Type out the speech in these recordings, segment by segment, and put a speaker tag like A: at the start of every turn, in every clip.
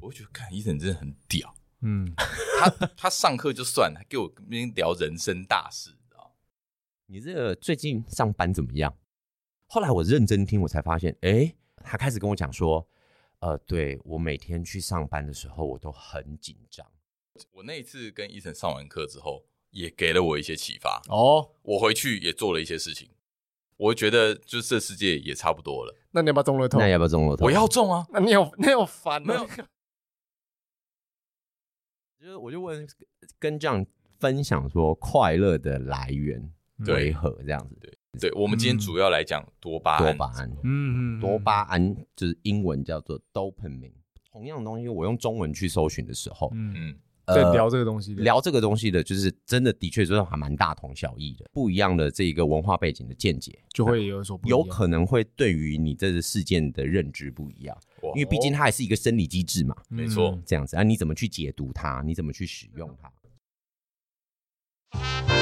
A: 我就觉得看医生真的很屌，
B: 嗯，
A: 他他上课就算，了，还给我跟边聊人生大事，你知道吗
C: 你这个最近上班怎么样？后来我认真听，我才发现，哎，他开始跟我讲说，呃，对我每天去上班的时候，我都很紧张。
A: 哦我那一次跟医生上完课之后，也给了我一些启发，
B: 哦，
A: 我回去也做了一些事情，我觉得就这世界也差不多了，
B: 那你要不要中了头？
C: 那要不要中了头？
A: 我要中啊，
B: 那你有那有 烦
A: 没有
B: 吗？
C: 就是我就问跟这样分享说快乐的来源
A: 对
C: 为何这样子？
A: 对我们今天
B: 嗯
A: 主要来讲多巴
C: 多
A: 胺，
C: 巴胺，
B: 嗯嗯，嗯
C: 多巴，胺就是英文叫做 dopamine。同样的东西，我用中文去搜寻的时候，
B: 嗯，
A: 嗯，
B: 在聊这个东西的，
C: 聊这个东西的，就是真的的确就是还蛮大同小异的，不一样的这一个文化背景的见解，
B: 就会有所不一样
C: 有可能会对于你这个事件的认知不一样，
B: 哦
A: 我
C: 因为毕竟它也是一个生理机制嘛，
B: 嗯
A: 没错
C: 这样子啊，你怎么去解读它，你怎么去使用它？
B: 嗯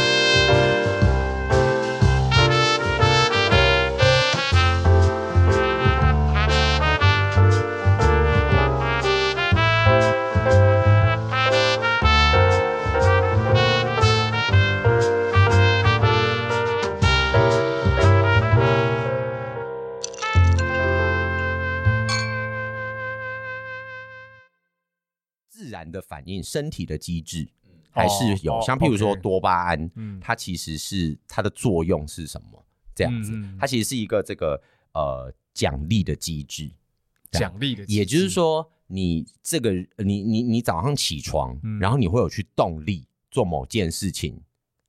C: 自然的反应，身体的机制还是有，
B: 哦
C: 像譬如说
B: OK
C: 多巴胺，
B: 嗯
C: 它其实是它的作用是什么？这样子，
B: 嗯嗯
C: 它其实是一个这个呃奖励的机制，
B: 奖励的机制，
C: 也就是说，你这个你你你早上起床，
B: 嗯
C: 然后你会有去动力做某件事情，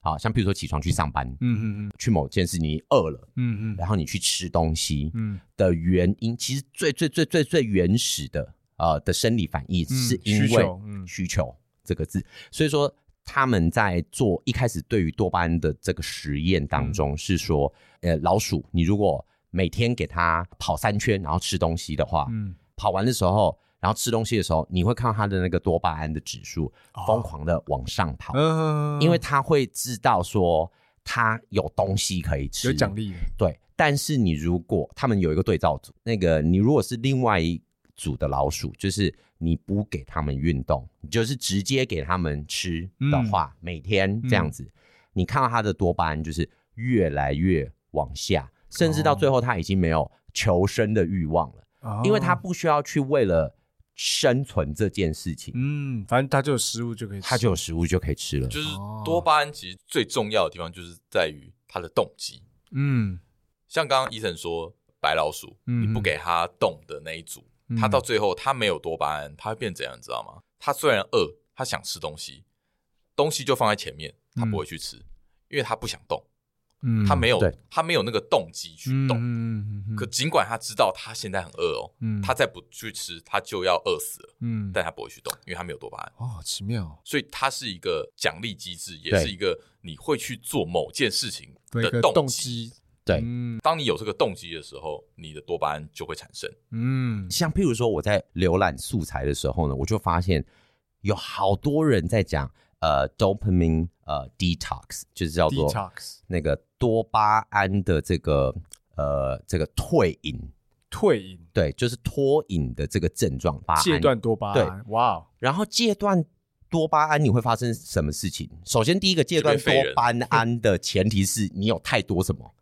C: 好像譬如说起床去上班，
B: 嗯，嗯嗯
C: 去某件事你饿了，
B: 嗯嗯
C: 然后你去吃东西
B: 嗯
C: 的原因，其实最最最最最原始的呃的生理反应
B: 嗯
C: 是因
B: 需
C: 为
B: 求嗯
C: 需求这个字，所以说他们在做一开始对于多巴胺的这个实验
B: 嗯
C: 当中是说，呃，老鼠你如果每天给它跑三圈，然后吃东西的话，
B: 嗯，
C: 跑完的时候，然后吃东西的时候，你会看到它的那个多巴胺的指数
B: 哦
C: 疯狂的往上跑，
B: 嗯
C: 因为它会知道说它有东西可以吃，
B: 有奖。励的，
C: 对，但是你如果他们有一个对照组，那个你如果是另外一组的老鼠，就是你不给他们运动，你就是直接给他们吃的话，嗯每天这样子，你看到它的多巴胺就是越来越往下，甚至到最后它已经没有求生的欲望了。
B: 哦
C: 因为他不需要去为了生存这件事情，
B: 嗯，反正他就有食物就可以吃，
C: 他就有食物就可以吃了。
A: 就是
B: 哦
A: 多巴胺其实最重要的地方就是在于它的动机，
B: 嗯，
A: 像刚刚医生说白老鼠，
B: 嗯
A: 你不给它动的那一组，
B: 嗯
A: 它到最后它没有多巴胺，它会变怎样，你知道吗？它虽然饿，它想吃东西，东西就放在前面，它不会去吃，因为它不想动，
B: 嗯
A: 它没有
C: 对
A: 它没有那个动机去
B: 嗯
A: 动。
B: 嗯嗯嗯，
A: 可尽管它知道它现在很饿哦，
B: 嗯
A: 它再不去吃，它就要饿死了，
B: 嗯，
A: 但它不会去动，因为它没有多巴胺。
B: 哦，好奇妙哦，
A: 所以它是一个奖励机制，也
C: 对
A: 是一个你会去做某件事情
B: 对一
A: 的
B: 个
A: 动
B: 动
A: 机。
B: 机，
C: 对
B: 嗯
A: 当你有这个动机的时候，你的多巴胺就会产生。
B: 嗯
C: 像譬如说我在浏览素材的时候呢，我就发现有好多人在讲呃 dopamine 呃 detox，就是叫做
B: ，detox
C: 那个多巴胺的这个呃这个退隐，
B: 退隐
C: 对，就是脱瘾的这个症状，巴胺
B: 戒断多巴胺，哇哦，
C: 然后戒断多巴胺，你会发生什么事情？首先，第一个戒断
A: 就
C: 多
A: 变废人
C: 巴胺的前提是你有太多什么？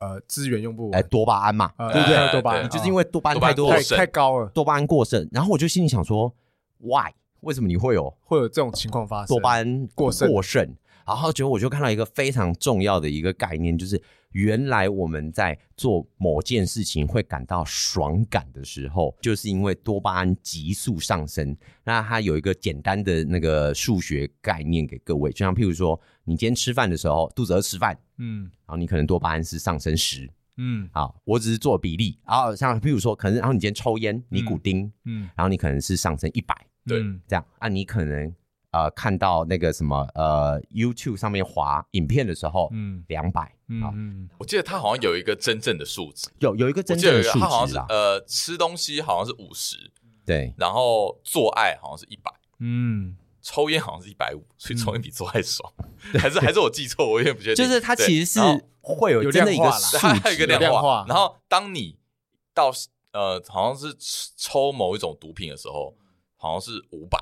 B: 呃，资源用不
C: 哎，
B: 完，
C: 多巴胺嘛，
B: 呃
C: 对不对？
B: 太多巴
A: 对
B: 胺，哦
C: 就是因为多巴胺太多
A: 啊多巴
B: 太
A: 胺过剩
B: 太高了，
C: 多巴胺过剩，然后我就心里想说，why？为什么你会有
B: 会有这种情况发生，
C: 多巴胺
B: 过剩
C: 过剩？然后结果我就看到一个非常重要的一个概念，就是原来我们在做某件事情会感到爽感的时候，就是因为多巴胺急速上升。那它有一个简单的那个数学概念给各位，就像譬如说，你今天吃饭的时候肚子饿吃饭，
B: 嗯
C: 然后你可能多巴胺是上升十，
B: 嗯
C: 啊，我只是做比例。然后像譬如说，可能啊然后你今天抽烟，尼古丁，
B: 嗯，
C: 然后你可能是上升一百
A: 对
B: 嗯
C: 这样啊，你可能呃看到那个什么呃 YouTube 上面滑影片的时候，
B: 嗯
C: 两百、
B: 嗯
C: 啊，
B: 嗯，
A: 我记得它好像有一个真正的数值，
C: 有有一个
A: 我
C: 真
A: 记得有
C: 正的
A: 一个
C: 数
A: 它好像
C: 值
A: 是
C: 啦，
A: 呃吃东西好像是五十，
C: 对，
A: 然后做爱好像是一百，
B: 嗯，
A: 抽烟好像是一百五，所以抽烟比做爱爽，还是还是我记错，我有点不确定。
C: 嗯就是它
A: 对
C: 其实是
A: 然后
C: 会有
B: 有
C: 真的一
B: 量
C: 个
B: 化啦
A: 对它
C: 数值
A: 还有一个
B: 量
A: 量化
B: 化。
A: 然后当你到呃好像是吃抽某一种毒品的时候，好像是五百，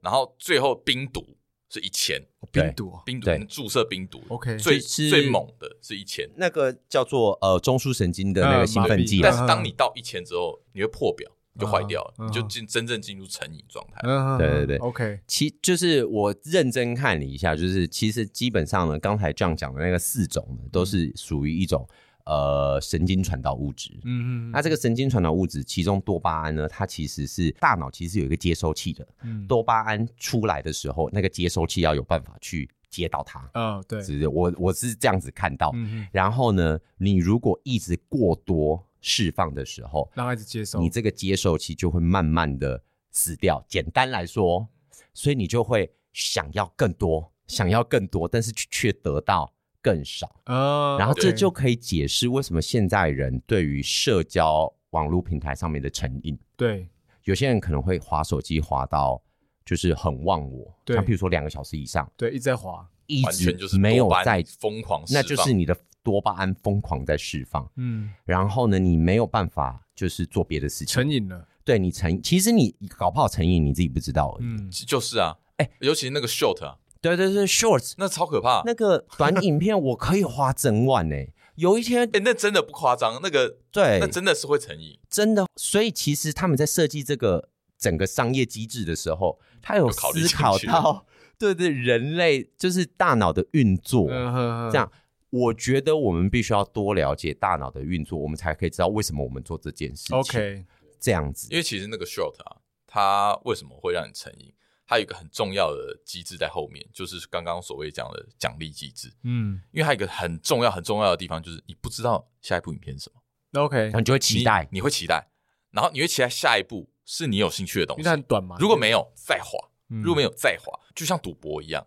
A: 然后最后冰毒是一千，
B: 哦
C: 对
B: 冰毒哦
A: 冰毒
C: 对
A: 注射冰毒
B: OK
A: 最
C: 就是
A: 最猛的是一千，
C: 那个叫做呃中枢神经的那个
B: 呃
C: 兴奋剂
B: 麻
A: 但
B: 痹
C: 啦，
A: 是当你到一千之后，你会破表，你就坏掉了，
B: 嗯
A: 你就进真正进入成瘾状态。
B: 嗯，嗯
C: 对对
B: 嗯
C: 对
B: ，OK，
C: 其就是我认真看了一下，就是其实基本上呢，刚才这样讲的那个四种呢，
B: 嗯
C: 都是属于一种呃神经传导物质。
B: 嗯嗯，
C: 那这个神经传导物质，其中多巴胺呢，它其实是大脑其实有一个接收器的，
B: 嗯，
C: 多巴胺出来的时候，那个接收器要有办法去接到它。
B: 嗯，对，
C: 只是我我是这样子看到。
B: 嗯嗯，
C: 然后呢，你如果一直过多释放的时候，
B: 让孩子接受
C: 你这个接受器就会慢慢的死掉。简单来说，哦所以你就会想要更多，想要更多，但是却得到更少。
B: 啊，
C: 然后这
B: OK
C: 就可以解释为什么现在人对于社交网络平台上面的成瘾，
B: 对，
C: 有些人可能会划手机划到就是很忘我，
B: 对
C: 像譬如说两个小时以上，
B: 对，一直在滑，
C: 一
A: 完全就
C: 直
A: 是
C: 没有
A: 多巴胺
C: 在，
A: 疯狂释
C: 那
A: 放，
C: 就是你的多巴胺疯狂在释放，
B: 嗯，
C: 然后呢，你没有办法就是做别的事情，
B: 成瘾了，
C: 对你成，其实你搞不好成瘾，你自己不知道而已。
B: 嗯，
A: 就是啊，哎、尤其那个 short 啊，
C: 对对对，shorts
A: 那超可怕，
C: 那个短影片，我可以花整晚呢、有一天，
A: 哎、 那真的不夸张，那个
C: 对
A: 那，真的是会成瘾，
C: 真的，所以其实他们在设计这个整个商业机制的时候，他有
A: 有考虑
C: 思
A: 进
C: 考
A: 去
C: 到，对对，人类就是大脑的运作。
B: 嗯
C: 这，样，我觉得我们必须要多了解大脑的运作，我们才可以知道为什么我们做这件事情。
B: 嗯 OK，
C: 这样子
A: 因，为其实那个 short 啊，它为什么会让你成瘾？它有一个很重要的机制在后面，就是刚刚所谓讲的奖励机制。
B: 嗯
A: 因为它有一个很重要、很重要的地方，就是你不知道下一部影片是什么，
B: ，OK，
C: 然后你就会期待。
A: 你，你会期待，然后你会期待下一部是你有兴趣的东
B: 因为
A: 西
B: 它。很短嘛，
A: 如果没有，再滑；
B: 啊嗯，
A: 如果没有，再滑，就像赌博一样，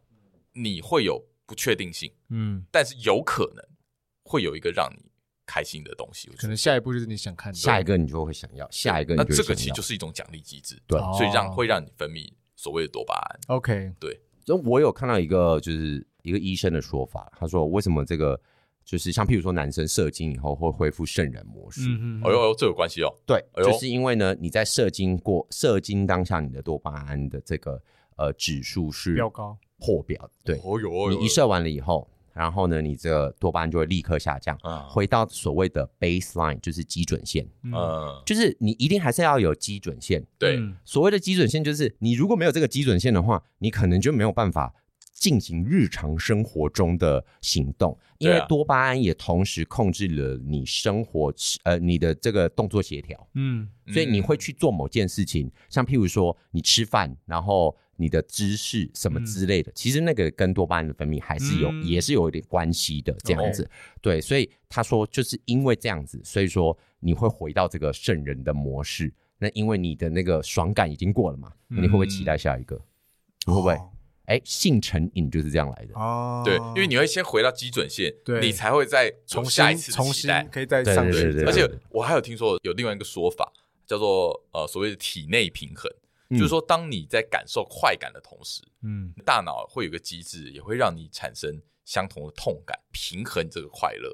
A: 你会有不确定性，
B: 嗯，
A: 但是有可能会有一个让你开心的东西。我觉得
B: 可能下一步就是你想看的，嗯
C: 下一个你就会想要，下一个你
A: 那
C: 就会
A: 这个
C: 想
A: 其实
C: 要
A: 就是一种奖励机制，
C: 对
B: 哦
A: 所以让会让你分泌所谓的多巴胺。
B: OK，
C: 就我有看到一个就是一个医生的说法，他说为什么这个就是像譬如说男生射精以后会恢复圣人模式，
B: 嗯嗯，
A: 哎呦，哎呦这有关系哦。
C: 对，
A: 哎呦
C: 就是因为呢你在射精过射精当下你的多巴胺的这个呃指数是
B: 飙高，
C: 破表的，对，
A: 哦呦，哎呦
C: 你一射完了以后，然后呢你这个多巴胺就会立刻下降，
A: 啊，
C: 回到所谓的 baseline 就是基准线，
B: 嗯，
A: 嗯，
C: 就是你一定还是要有基准线，
A: 对，
B: 嗯
C: 所谓的基准线就是，你如果没有这个基准线的话，你可能就没有办法进行日常生活中的行动，因
A: 对
C: 为
A: 啊
C: 多巴胺也同时控制了你生活呃你的这个动作协调，
B: 嗯
C: 所以你会去做某件事情，像譬如说你吃饭，然后你的姿势什么
A: 嗯
C: 之类的，其实那个跟多巴胺的分泌还是有、
B: 嗯
C: 也是有一点关系的，这样子。对，所以他说就是因为这样子，所以说你会回到这个圣人的模式。那因为你的那个爽感已经过了嘛，那你会不会期
A: 嗯
C: 待下一个？你会不会？哎，性成瘾就是这样来的。
B: 哦，
A: 对，因为你会先回到基准线，
B: 对
A: 你才会再
B: 重
A: 有
B: 新
A: 下一次的
B: 重
A: 期
B: 新
A: 待。
B: 可以再
C: 对
B: 上
C: 对
B: 去
C: 对，对
A: 而且我还有听说有另外一个说法，叫做呃所谓的体内平衡，
C: 嗯
A: 就是说当你在感受快感的同时，
B: 嗯
A: 大脑会有一个机制，也会让你产生相同的痛感，平衡这个快乐，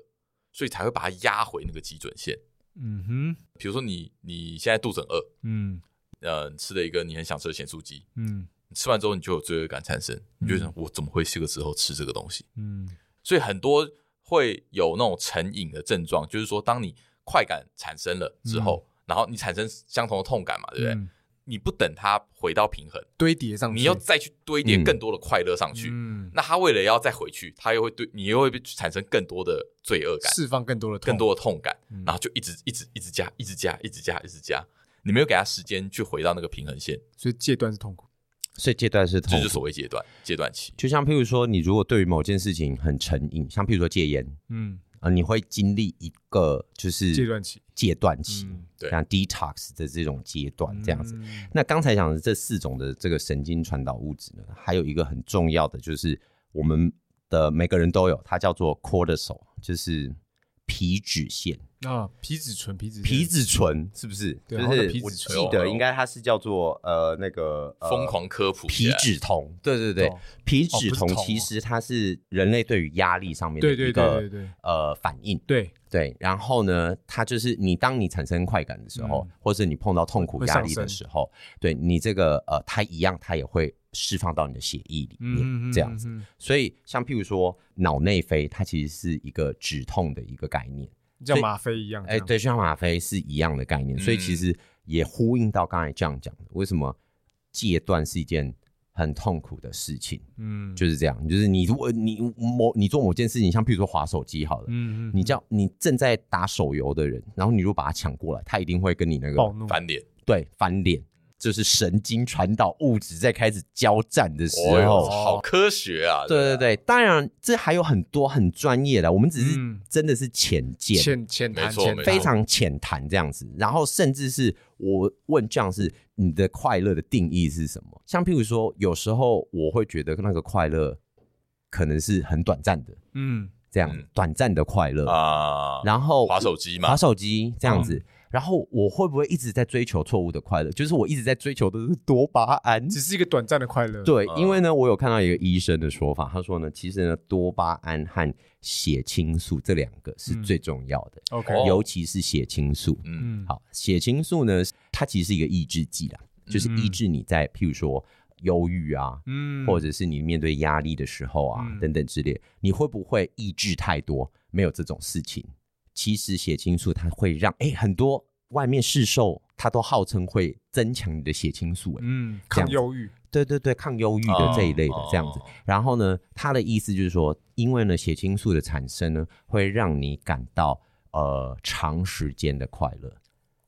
A: 所以才会把它压回那个基准线。
B: 嗯哼
A: 比如说你你现在肚子很饿，
B: 嗯
A: 呃，吃了一个你很想吃的咸酥鸡，
B: 嗯
A: 你吃完之后你就有罪恶感产生，你就
C: 嗯
A: 想我怎么会这个时候吃这个东西？
B: 嗯
A: 所以很多会有那种成瘾的症状，就是说当你快感产生了之
C: 嗯
A: 后，然后你产生相同的痛感嘛，对不对？
B: 嗯
A: 你不等它回到平衡，
B: 堆叠上去，
A: 你又再去堆叠
C: 嗯
A: 更多的快乐上去。
B: 嗯
A: 那他为了要再回去，他又会对你又会产生更多的罪恶感，
B: 释放更多的痛
A: 更多的痛感，
B: 嗯
A: 然后就一直一直一直加，一直加，一直加，一直加。你没有给他时间去回到那个平衡线，
B: 所以戒断是痛苦。
C: 所以阶段是
A: 这
C: 痛
A: 就是
C: 苦。
A: 所谓阶段阶段期。
C: 就像譬如说，你如果对于某件事情很成瘾，像譬如说戒烟，
B: 嗯，
C: 啊，你会经历一个就是
B: 戒断期
C: 戒断期，
B: 嗯
A: 对
C: 像 detox 的这种阶段这样子。
B: 嗯
C: 那刚才讲的这四种的这个神经传导物质呢，还有一个很重要的就是我们的每个人都有，它叫做 cortisol，就是皮脂腺、
B: 啊，皮质醇，皮质
C: 皮
B: 腺
C: 质醇，是不是？
B: 嗯对
C: 就
B: 好像
C: 是
B: 叫皮
C: 我
B: 质
C: 记
B: 醇
A: 哦
C: 得应该它是叫做呃那个呃
A: 疯狂科普起
C: 皮
A: 来
C: 质酮，对对对
B: 啊哦，
C: 皮质
B: 不是
C: 酮
B: 酮哦
C: 其实它是人类对于压力上面的
B: 对对
C: 一
B: 对对
C: 个
B: 对
C: 呃反应。
B: 对，
C: 对，然后呢，它就是你当你产生快感的时候，
B: 嗯
C: 或是你碰到痛苦
B: 会
C: 压力
B: 上升
C: 的时候，对你这个呃，它一样，它也会释放到你的血液里面，
B: 嗯，
C: 这样子。
B: 嗯，嗯
C: 所以，像譬如说脑内啡，它其实是一个止痛的一个概念，
B: 嗯像吗啡一样，
C: 哎，，对，就像吗啡是一样的概念，所以其
A: 嗯
C: 实也呼应到刚才这样讲的，为什么戒断是一件很痛苦的事情，
B: 嗯，
C: 就是这样，就是你如果你某你做某件事情，像譬如说划手机好了。
B: 嗯嗯，
C: 你叫你正在打手游的人，然后你如果把他抢过来，他一定会跟你那
B: 暴
C: 个
B: 怒，
A: 翻脸，
C: 对翻脸，就是神经传导物质在开始交战的时
A: 哦哟，
C: 候。
A: 好科学啊！
C: 对对
A: 啊，
C: 对，当然这还有很多很专业的，我们只是
B: 嗯
C: 真的是浅见，
B: 浅浅谈
A: 没错
B: 浅
A: 没
B: 谈
A: 错
C: 非常浅谈这样子。然后甚至是我问这样是你的快乐的定义是什么？像譬如说，有时候我会觉得那个快乐可能是很短暂的，
B: 嗯
C: 这样、
A: 嗯
C: 短暂的快乐。
A: 啊，
C: 然后
A: 滑手机
C: 划
A: 嘛，嗯
C: 手机这样子。然后我会不会一直在追求错误的快乐？就是我一直在追求的是多巴胺。
B: 只是一个短暂的快乐，
C: 对，
A: 嗯
C: 因为呢，我有看到一个医生的说法，他说呢，其实呢，多巴胺和血清素这两个是最重要的，
B: ，OK，
A: 嗯哦
C: 尤其是血清素。
A: 嗯，
B: 嗯，
C: 好，血清素呢，它其实是一个抑制剂啦，就是
A: 嗯
C: 抑制你在譬如说忧郁啊，
B: 嗯，
C: 或者是你面对压力的时候啊、
B: 嗯
C: 等等之类，你会不会抑制太多？没有这种事情。其实血清素它会让哎、很多外面市售它都号称会增强你的血清素、哎、
B: 嗯，
C: 这
B: 抗
C: 样子
B: 忧郁，
C: 对对对，抗忧郁的这一类的这样子。
A: 哦
C: 然后呢，它的意思就是说，因为呢血清素的产生呢，会让你感到呃长时间的快乐。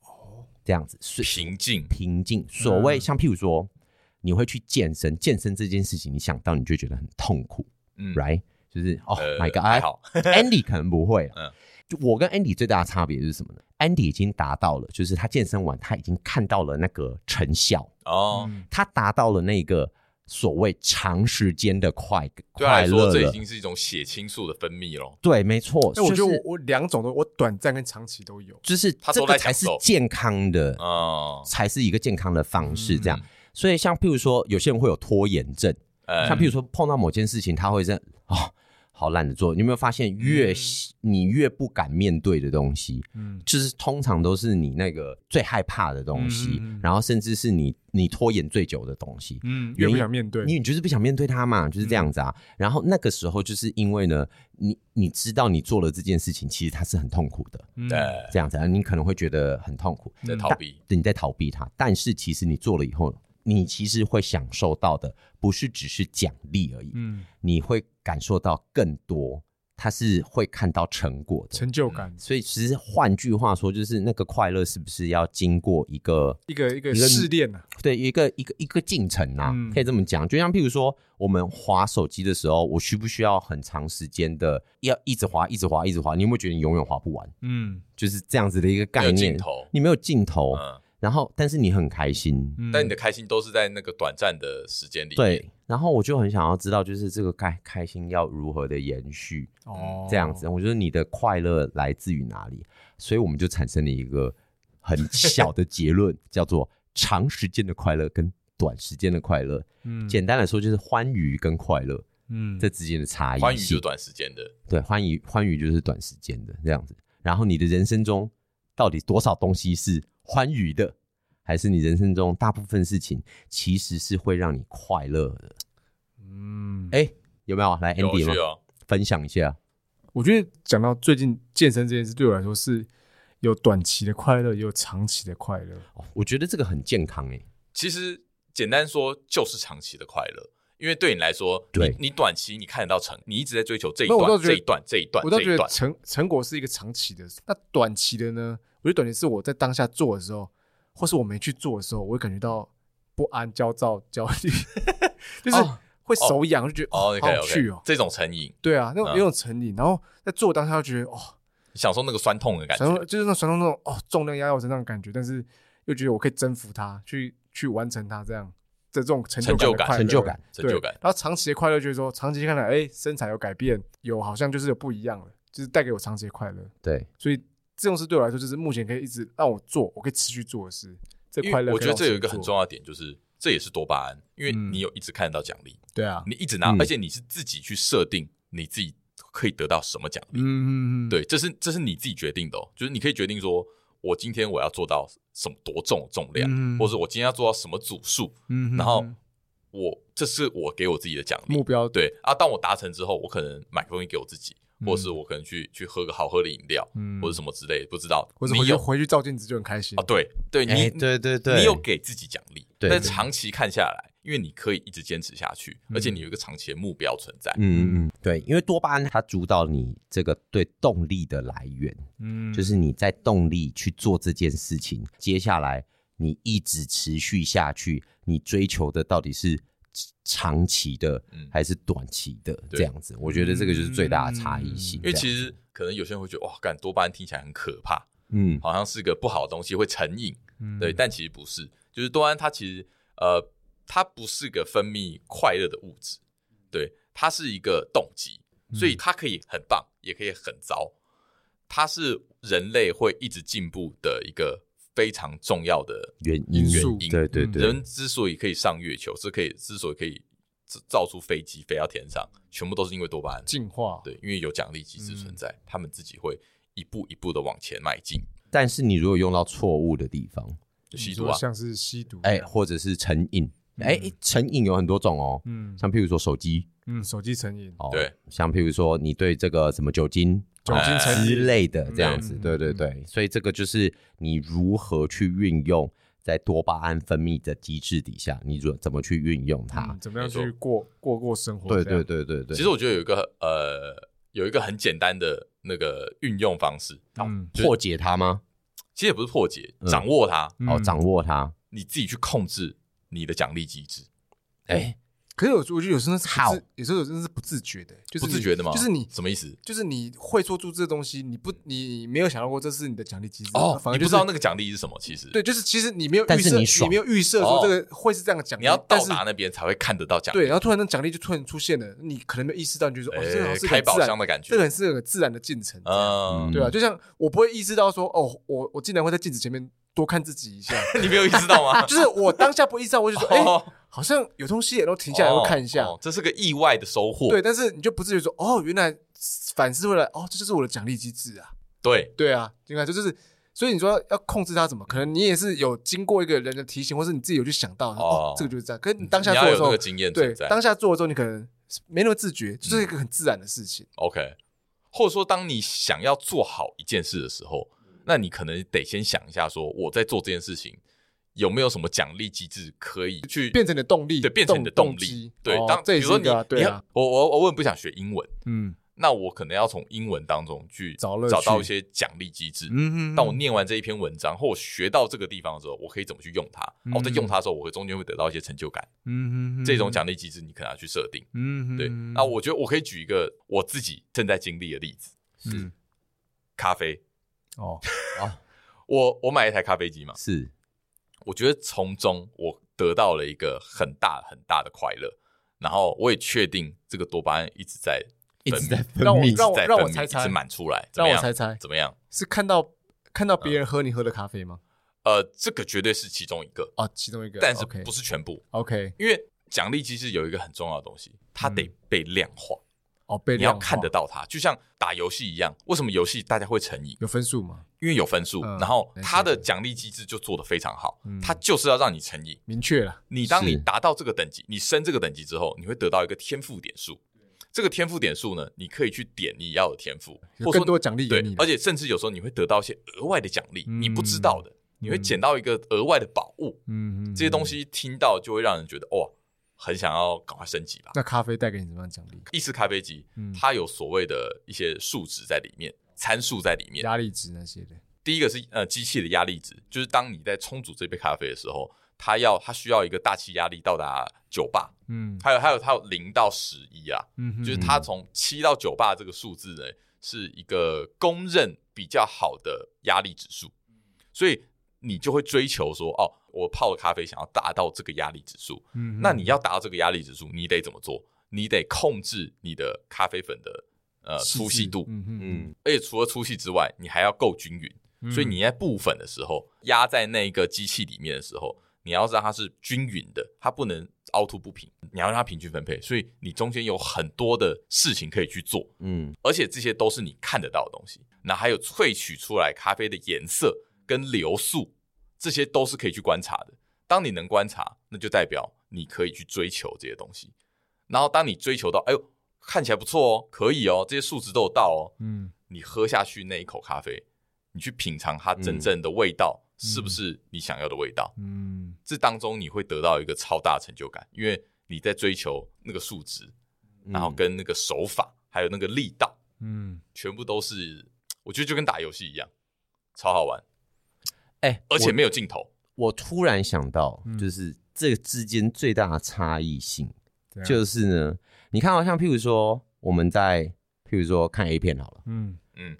B: 哦
C: 这样子，所以
A: 平静，
C: 平静。所谓
B: 嗯
C: 像譬如说，你会去健身，健身这件事情，你想到你就觉得很痛苦、
A: 嗯
C: r i g h t 就是哦、
A: 呃
C: my
A: 还
C: God，Andy
A: 好，
C: 可能不会了。啊
A: 嗯
C: 就我跟 Andy 最大的差别是什么呢？Andy 已经达到了，就是他健身完，他已经看到了那个成效，
A: 哦，
B: 嗯
C: 他达到了那个所谓长时间的快
A: 对他
C: 快
A: 来说
C: 乐
A: 这已
C: 了。
A: 经哎是一种血清素的分泌咯。
C: 对，没错，
B: 那我觉
C: 哦就
B: 得
C: 是
B: 我我两种都，我短暂跟长期都有，
C: 就是
A: 他
C: 这
A: 都
C: 个
A: 在
C: 才
A: 享
C: 是
A: 受
C: 健康的，
A: 哦，
C: 才是一个健康的方式。这样
A: 嗯，
C: 所以像譬如说，有些人会有拖延症，
A: 哎
B: 嗯
C: 像譬如说碰到某件事情，他会在哦，好懒得做。你有没有发现越，
A: 嗯
C: 你越不敢面对的东西，
B: 嗯
C: 就是通常都是你那个最害怕的东西，
B: 嗯嗯嗯
C: 然后甚至是你你拖延最久的东西。
B: 嗯，越
C: 原因
B: 不想面对，
C: 因为你就是不想面对它嘛，就是这样子啊。
B: 嗯
C: 然后那个时候，就是因为呢，你你知道你做了这件事情，其实它是很痛苦的，
B: 嗯
A: 对
C: 这样子啊，你可能会觉得很痛苦，
A: 在逃避，
C: 你在逃避它。但是其实你做了以后，你其实会享受到的不是只是奖励而已，
B: 嗯，
C: 你会感受到更多，它是会看到成果的。
B: 成就感，
C: 所以其实换句话说，就是那个快乐是不是要经过一个
B: 一个一个
C: 一个
B: 试炼啊，
C: 对一个一个一个进程啊？
B: 嗯
C: 可以这么讲，就像譬如说我们划手机的时候，我需不需要很长时间的要一直划、一直划、一直划？你有没有觉得你永远划不完？
B: 嗯
C: 就是这样子的一
A: 没有
C: 个概念
A: 尽。头，
C: 你没有尽头，
A: 嗯，
C: 然后但是你很开心，
B: 嗯，
A: 但你的开心都是在那个短暂的时间里面，
C: 对。然后我就很想要知道，就是这个开开心要如何的延续。
B: 哦
C: 这样子，，我觉得你的快乐来自于哪里？所以我们就产生了一个很小的结论， 叫做长时间的快乐跟短时间的快乐。
B: 嗯
C: 简单来说，就是欢愉跟快乐
B: 嗯
C: 这之间的差异性。
A: 欢愉就短时间的，
C: 对，欢愉欢愉就是短时间的这样子。然后你的人生中到底多少东西是欢愉的，还是你人生中大部分事情其实是会让你快乐的？
B: 嗯，
C: 哎，有没有来
A: 有
C: Andy
A: 趣
C: 吗？
A: 哦，
C: 分享一下。
B: 我觉得讲到最近健身这件事，对我来说是有短期的快乐，也有长期的快乐，
C: 哦我觉得这个很健康哎、
A: 其实简单说就是长期的快乐，因为对你来说，
C: 对
A: 你你短期你看得到成，你一直在追求这一
B: 那我倒
A: 段、
B: 觉
A: 这
B: 得
A: 一段、这一段、
B: 我倒
A: 这
B: 觉
A: 一
B: 得
A: 段，
B: 成成果是一个长期的，那短期的呢？我觉得短期是我在当下做的时候，或是我没去做的时候，我会感觉到不安、焦躁、焦虑， 就是
C: 哦
B: 会手痒，就觉得
A: 哦
B: 哦，好
A: ，OK
B: 有趣
A: OK，
B: 哦。
A: 这种成瘾，
B: 对啊，那种
A: 嗯
B: 有种成瘾，然后在做当下就觉得哦，
A: 享受那个酸痛的感
B: 传
A: 觉
B: 统，就是那种传统那种哦，重量压在我身上的感觉，但是又觉得我可以征服它，去去完成它，这样的这种成
A: 成
B: 就
A: 就
B: 感的
A: 感
B: 快乐、
C: 成就感
A: 成就感
B: 对然后长期的快乐就是说，长期看来，哎，身材有改变，有好像就是有不一样了，就是带给我长期的快乐。
C: 对，
B: 所以这种事对我来说，就是目前可以一直让我做，我可以持续做的事。这
A: 因
B: 快
A: 为
B: 乐，
A: 我觉得这有一个很重要的点，就是这也是多巴胺，因为
B: 嗯
A: 你有一直看得到奖励，
B: 对啊，
A: 你一直拿，
C: 嗯
A: 而且你是自己去设定你自己可以得到什么奖励。
B: 嗯嗯嗯，
A: 对，这是这是你自己决定的、哦，就是你可以决定说，我今天我要做到什么多重的重量，
B: 嗯
A: 啊或者是我今天要做到什么组数，
B: 嗯，嗯
A: 然后
B: 嗯
A: 我这是我给我自己的奖励
B: 目。标
A: 对啊，当我达成之后，我可能买个东西给我自己，或者是我可能去去喝个好喝的饮料，
B: 嗯
A: 或者什么之类的，不知道。
B: 或者
A: 你
B: 回去
A: 有
B: 回去照镜子就很开心
A: 啊？对对，
C: 哎
A: 你
C: 对对对
A: 你有给自己奖励，
C: 对
A: 但长期看下来，因为你可以一直坚持下去，而且你有一个长期的目标存在。
C: 嗯嗯嗯，对，因为多巴胺它主导你这个对动力的来源，
B: 嗯，
C: 就是你在动力去做这件事情，接下来你一直持续下去，你追求的到底是长期的
A: 嗯
C: 还是短期的
A: 对
C: 这样子？我觉得这个就是最大的差异性。
A: 因为其
C: 实，
A: 实可能有些人会觉得哇，干多巴胺听起来很可怕，
C: 嗯
A: 好像是个不好的东西，会成瘾。
B: 嗯
A: 对，但其实不是，就是多巴胺它其实呃，它不是个分泌快乐的物质，对，它是一个动机，所
C: 嗯
A: 以它可以很棒，也可以很糟，它是人类会一直进步的一个非常重要的
C: 原因
B: 因
A: 原
B: 素
A: 因。嗯
C: 对对对，
A: 人之所以可以上月球，是可以之所以可以制造出飞机飞到天上，全部都是因为多巴胺。
B: 进嗯化，
A: 对，因为有奖励机制存在，他们自己会一步一步的往前迈进。
C: 但是你如果用到错误的地方，
A: 就
B: 你
A: 吸
B: 说
A: 毒啊，
B: 像是吸毒，
C: 哎，，或者是成瘾，哎，成瘾有很多种哦，
B: 嗯
C: 像譬如说手机，
B: 嗯，手机成瘾，
C: 哦，
A: 对，
C: 像譬如说你对这个什么酒精、
B: 酒精成
A: 哎
B: 瘾
C: 之类的这样子，
B: 嗯
C: 对对对，所以这个就是你如何去运用在多巴胺分泌的机制底下，你怎怎么去运用它
B: 嗯，？怎么样
A: 没错
B: 去过过过生活？
C: 对
B: 这样
C: 对，对对对，
A: 其实我觉得有一个呃，有一个很简单的那个运用方式，
B: 嗯，
C: 破解它吗？
A: 其实也不是破解，
C: 嗯
A: 掌握它，
C: 哦，
B: 嗯
C: 掌握它，
A: 你自己去控制你的奖励机制。
C: 哎，
B: 可是有，我觉得有时候是不
C: 好
B: 自，有时候有真的是不自觉的，就是
A: 不自
B: 你
A: 觉的吗
B: 就是你，
A: 什么意思？
B: 就是你会做出这东西，你不，你没有想到过这是你的奖励机制啊
A: 哦，
B: 呃反而
A: 你不
B: 就是
A: 知道那个奖励是什么，其实
B: 对，就是其实你没有
C: 但
B: 预
C: 是
B: 设，
C: 你
B: 你
C: 爽
B: 没有预设
A: 哦
B: 说这个会是这样的奖励，
A: 你要
B: 但
A: 到
B: 是
A: 达那边才会看得到奖
B: 对，
A: 励
B: 然，后突然那奖励就突然出现了，你可能没有意识到，你就说哦，这个好像
A: 哎
B: 是一个
A: 开宝
B: 自然
A: 箱的感
B: 这个
A: 觉。
B: 很是有个自然的进程，这样
A: 嗯，
B: 对啊，
C: 嗯
B: 就像我不会意识到说哦，我我竟然会在镜子前面多看自己一下，
A: 你没有意识到吗？
B: 就是我当下不意识到，我就说 哎、
A: 哦
B: 好像有东西耶，然后停下来会看一下，
A: 哦哦这是个意外的收获。
B: 对，但是你就不自觉说哦，原来反思回来哦，这就是我的奖励机制啊，
A: 对，
B: 对啊，应该这就是。所以你说要控制它怎么？可能你也是有经过一个人的提醒，或是你自己有去想到，
A: 哦
B: 哦这个就是这样。可是你当下
A: 你
B: 做
A: 要
B: 的
A: 有
B: 时
A: 那
B: 候
A: 个，经验
B: 对
A: 存，在。嗯
B: 当下做的时候，你可能没那么自觉，就是一个很自然的事情。
A: OK，或者说当你想要做好一件事的时候，那你可能得先想一下，说我在做这件事情有没有什么奖励机制可以去
B: 变成你的动力，
A: 对变成你的
B: 动
A: 动力
B: 机。
A: 对，
B: 哦
A: 当
B: 这
A: 比
B: 也
A: 如
B: 是
A: 说
B: 一
A: 你
B: 个啊，对
A: 你
B: 啊
A: 要，我我我也不想学英文，
B: 嗯
A: 那我可能要从英文当中去
B: 找乐趣
A: 找到一些奖励机制。
B: 嗯
A: 当我念完这一篇文章，或我学到这个地方的时候，我可以怎么去用它？
B: 嗯
A: 哦，在用它的时候，我中间会得到一些成就感。
B: 嗯
A: 这种，奖励机制，你可能要去设定。
B: 嗯
A: 对，那我觉得我可以举一个我自己正在经历的例子，
B: 嗯
A: 咖啡。
B: 哦，
A: 我我买了一台咖啡机嘛，
C: 是
A: 我觉得从中我得到了一个很大很大的快乐，然后我也确定这个多巴胺一直在
C: 一
A: 分
C: 直
A: 泌
C: 在分
B: 让我
A: 一直
C: 泌
B: 让我
A: 在
B: 让我
A: 分泌
B: 猜猜
A: 一直满出来，怎
B: 让
A: 么
B: 我
A: 样？嗯
B: 猜猜，
A: 怎么样？
B: 是看到看到别人喝你喝的咖啡吗？
A: 呃，这个绝对是其中一个，
B: 哦，其中一个，
A: 但是
B: OK
A: 不是全部，
B: OK
A: 因为奖励机制有一个很重要的东西，它得被量化，
B: 哦，嗯被
A: 你要
B: 量化
A: 看得到它，就像打游戏一样，为什么游戏大家会成瘾？
B: 有分数吗？
A: 因为有分数，
B: 嗯
A: 然后
B: 没错
A: 它的奖励机制就做得非常好，
B: 嗯
A: 它就是要让你成瘾。
B: 明确了，
A: 你当你
C: 是
A: 达到这个等级，你升这个等级之后，你会得到一个天赋点数。这个天赋点数呢，你可以去点你要的天赋，
B: 有
A: 或者
B: 更
A: 说
B: 多奖励给
A: 对
B: 你，的，
A: 而且甚至有时候你会得到一些额外的奖励，
B: 嗯
A: 你不知道的，你会捡到一个额外的宝物。
B: 嗯嗯
A: 这些东。西听到就会让人觉得哇，很想要赶快升级吧。
B: 那咖啡带给你什么样的奖励？
A: 意式咖啡机
B: 嗯，
A: 它有所谓的一些数值在里面，参数在里面。
B: 压力值那些的，
A: 第一个是呃机器的压力值，就是当你在冲煮这杯咖啡的时候，它要它需要一个大气压力到达九巴，
B: 嗯
A: 还有还有它有零到十一啊，
B: 嗯哼，
A: 就是它从七到九八这个数字呢，是一个公认比较好的压力指数，
B: 嗯
A: 所以你就会追求说，哦，我泡的咖啡想要达到这个压力指数，
B: 嗯哼
A: 那你要达到这个压力指数，你得怎么做？你得控制你的咖啡粉的呃粗细度，
B: 嗯嗯嗯，
C: 嗯，
A: 而且除了粗细之外，你还要够均匀。
B: 嗯
A: 所以你在布粉的时候，压在那个机器里面的时候，你要让它是均匀的，它不能凹凸不平，你要让它平均分配。所以你中间有很多的事情可以去做，
C: 嗯，
A: 而且这些都是你看得到的东西。那还有萃取出来咖啡的颜色跟流速，这些都是可以去观察的。当你能观察，那就代表你可以去追求这些东西。然后当你追求到，哎呦，看起来不错哦，可以哦，这些数值都有到哦，
B: 嗯
A: 你喝下去那一口咖啡，你去品尝它真正的味道，是不是你想要的味道？
B: 嗯
A: 这当中你会得到一个超大成就感，因为你在追求那个数值，
C: 嗯
A: 然后嗯跟那个手法，还有那个力道，
B: 嗯，
A: 全部都是，我觉得就跟打游戏一样，超好玩，
C: 哎，
A: 而且
C: 我
A: 没有尽头。
C: 我突然想到
B: 嗯，
C: 就是这之间最大的差异性，
A: 啊
B: 怎样
C: 就是呢，你看哦好像譬如说我们在譬如说看 A 片好了，
B: 嗯，
A: 嗯，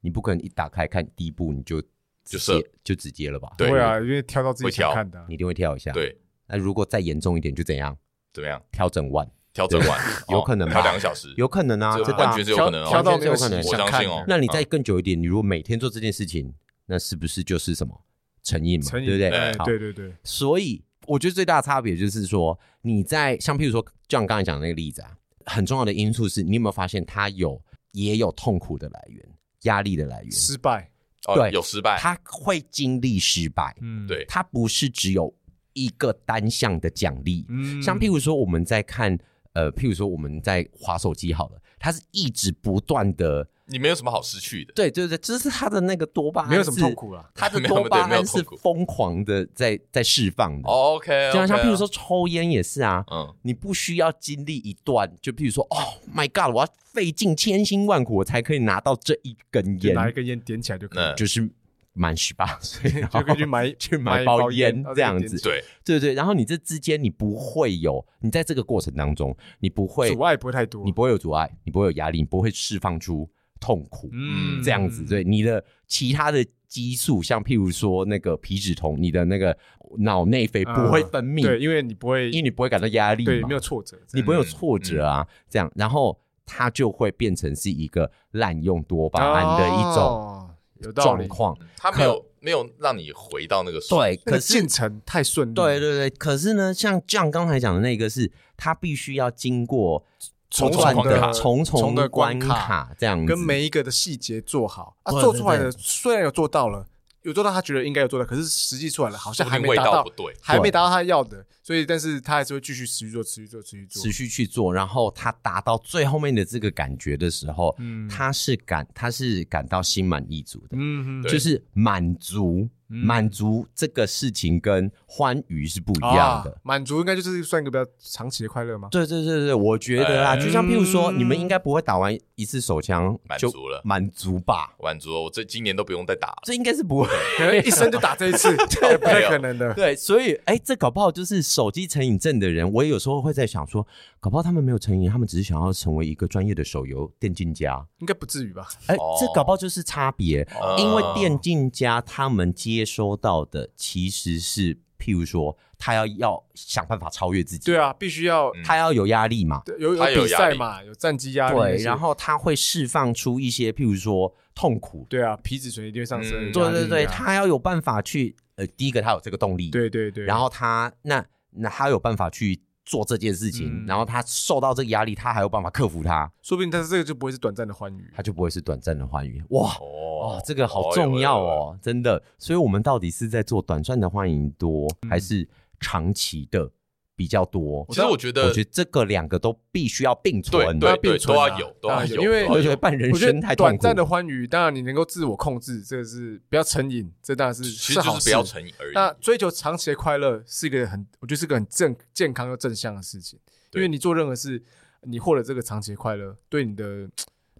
C: 你不可能一打开看第一部你就
A: 就
C: 直
A: 射
C: 接就直接了吧？
A: 对
B: 不会啊，因为挑到自己
A: 会
B: 想
A: 挑
B: 看的啊，
C: 你一定会跳一下。，
A: 对，
C: 那如果再严重一点就怎样？
A: 怎么样？
C: 调整完，
A: 调整完哦
C: 有可能吧
A: 调两个小时，
C: 有可能啊，
A: 这
C: 真
A: 个
C: 的啊
A: 完全是有可能
B: 挑
A: 哦。
B: 到
C: 完
B: 没
C: 全是有可能
B: 想
A: 我相
B: 看
A: 信哦
B: 的
C: 那你再更久一点，你如果每天做这件事情，那是不是就是什么成瘾嘛？
B: 成瘾
C: 对不嗯对？
B: 哎
C: 好
B: 对对对，
C: 所以我觉得最大的差别就是说，你在像譬如说，就像刚才讲的那个例子啊，很重要的因素是你有没有发现它有也有痛苦的来源、压力的来源，
B: 失败，
A: 哦
C: 对
A: 有失败，
C: 他会经历失败，
B: 嗯，
A: 对
C: 他不是只有一个单向的奖励。
B: 嗯，
C: 像譬如说我们在看，呃，譬如说我们在划手机好了，它是一直不断的，
A: 你没有什么好失去的。
C: 对对对，这是它的那个多巴胺，
B: 没有什么痛，苦啊啦，
C: 它的
A: 没有
C: 多巴
A: 对没有
C: 胺是
A: 痛苦
C: 疯狂的在在释放的。
A: 哦 OK，
C: 就像像譬如说，抽烟也是啊，
A: 嗯，
C: 你不需要经历一段，就譬如说，哦，My God，我要费尽千辛万苦，我才可以拿到这一根
B: 就拿一
C: 烟，
B: 根烟点起来就可以
A: 那，
C: 就是满十八岁然后
B: 就可以去买
C: 去
B: 买
C: 买
B: 一
C: 包
B: 包烟
C: 烟
B: 然后
C: 这
B: 再
C: 样
B: 点
C: 子，
B: 起
A: 对，
C: 对对。然后你这之间你不会有，你在这个过程当中，你不会
B: 阻，碍不会太多，
C: 你不会有阻碍，你不会有压力，你不会释放出痛苦，
A: 嗯
C: 这样子，对你的其他的激素，像譬如说那个皮质酮，你的那个脑内啡不会
B: 嗯
C: 分泌，
B: 对，因为你不会，
C: 因为你不会感到压力嘛，
B: 对没有挫折，
C: 你不会有挫折
B: 嗯
C: 啊，这样，然后它就会变成是一个滥用多巴胺的一种
B: 哦有道
C: 状
B: 理，
C: 况。
A: 他没有没有让你回到那个水
C: 对，
B: 那个
C: 可是
B: 进程太顺利，
C: 对，对对，可是呢，像像刚才讲的那个是，它必须要经过
B: 重
A: 重
C: 不断
A: 的
C: 重
B: 重的
C: 关
B: 关卡
C: 卡这
A: 嗯
C: 样子，
B: 跟每一个的细节做好啊，
C: 对
B: 做出来
C: 对
B: 的虽然有做到了，有做到他觉得应该有做到，可是实际出来了好像还没
A: 味
B: 达
A: 道
B: 到
A: 不，对，
B: 还没达到他要的，所以但是他还是会继续持续做，持续做，持续做
C: 持，续去做，然后他达到最后面的这个感觉的时候，
B: 嗯
C: 他是感他是感到心满意足的，
B: 嗯
A: 对
C: 就是满足。
B: 嗯
C: 满足这个事情跟欢愉是不一样的
B: 啊，满足应该就是算一个比较长期的快 乐吗？
C: 对对对对，我觉得啦，
A: 哎
C: 就像譬如说，
B: 嗯
C: 你们应该不会打完一次手枪
A: 满
C: 就
A: 足了
C: 满足吧？
A: 满足了，我这今年都不用再打了。
C: 这应该是不会。
B: 可能一生就打这一 次，也不太可能的。
C: 对，所以哎，这搞不好就是手机成瘾症的人，我也有时候会在想说，搞不好他们没有成瘾，他们只是想要成为一个专业的手游电竞家。
B: 应该不至于吧？
C: 哎
A: 哦，
C: 这搞不好就是差别，
A: 哦
C: 因为电竞家他们接收到的其实是，譬如说他要要想办法超越自己，
B: 对啊，必须要
C: 他要有压力嘛，
B: 对有有
A: 嗯他有
B: 比
A: 压
B: 赛
A: 力
B: 嘛，有战绩压力那
C: 对，
B: 些。
C: 然后他会释放出一些譬如说痛苦
B: 对啊，皮质醇一定会上升。
A: 嗯
B: 有
C: 对
B: 压力
C: 对对，
B: 啊
C: 他要有办法去，呃，第一个他有这个动力，，
B: 对对对，
C: 然后他那那他有办法去做这件事情，
B: 嗯
C: 然后他受到这个压力，他还有办法克服它，
B: 说不定他这个就不会是短暂的欢愉
C: 他。就不会是短暂的欢愉。哇
A: 哦
C: 哦，这个好重要，哦，真的。所以我们到底是在做短暂的欢迎多，还是长期的比较多
A: 有有有有？其实我觉得
C: 我觉得这个两个都必须要并
A: 对
C: 存，
A: 对对
B: 并
A: 都
B: 存
A: 要
B: 啊
A: 有，都
B: 当
A: 要
B: 然
A: 有，
B: 有因为
A: 都要
C: 我
A: 有
C: 觉得半人
B: 我觉
C: 生太
B: 得
C: 痛
B: 短
C: 苦。
B: 暂的欢愉，当然你能够自我控制，这个是不要成瘾，这当然是
A: 其实
B: 是
A: 就
B: 好
A: 是不
B: 事
A: 要。成瘾而已。
B: 那追求长期的快乐是一个很，我觉得是个很正健康又正向的事情，
A: 对
B: 因为你做任何事，你获得这个长期的快乐，对你的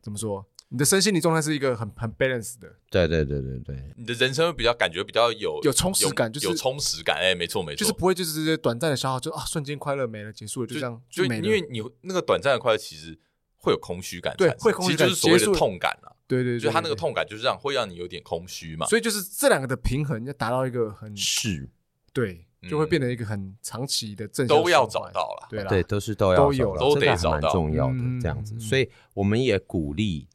B: 怎么说，你的身心理状态是一个很很 balance 的，
C: 对对对对对，
A: 你的人生会比较感觉比较有
B: 有充实感就是
A: 有充实感。哎，没错没错，
B: 就是不会就是这些短暂的消耗，就啊瞬间快乐没了，结束了就这样
A: 就
B: 没了。
A: 因为你那个短暂的快乐，其实会有空虚感产
B: 对
A: 生，
B: 会空
A: 其
B: 虚
A: 实就
B: 感
A: 是所谓
B: 结
A: 的
B: 束了
A: 痛感啊，
B: 对对对，
A: 就他那个
B: 对，
A: 痛感就是让会让你有点空虚嘛
B: 对。所以就是这两个的平衡要达到一个很
C: 是
B: 对，就会变成一个很长期的正
A: 嗯
B: 向
A: 都要
B: 循
A: 找
B: 环，
A: 到了。
B: 对啦，
C: 对，都是都要
B: 都
C: 找
B: 有
C: 到
A: 都
C: 这
A: 得
C: 个还
A: 找
C: 蛮
A: 到
C: 重要的
B: 嗯
C: 这样子，
B: 嗯嗯
C: 所以我们也鼓励，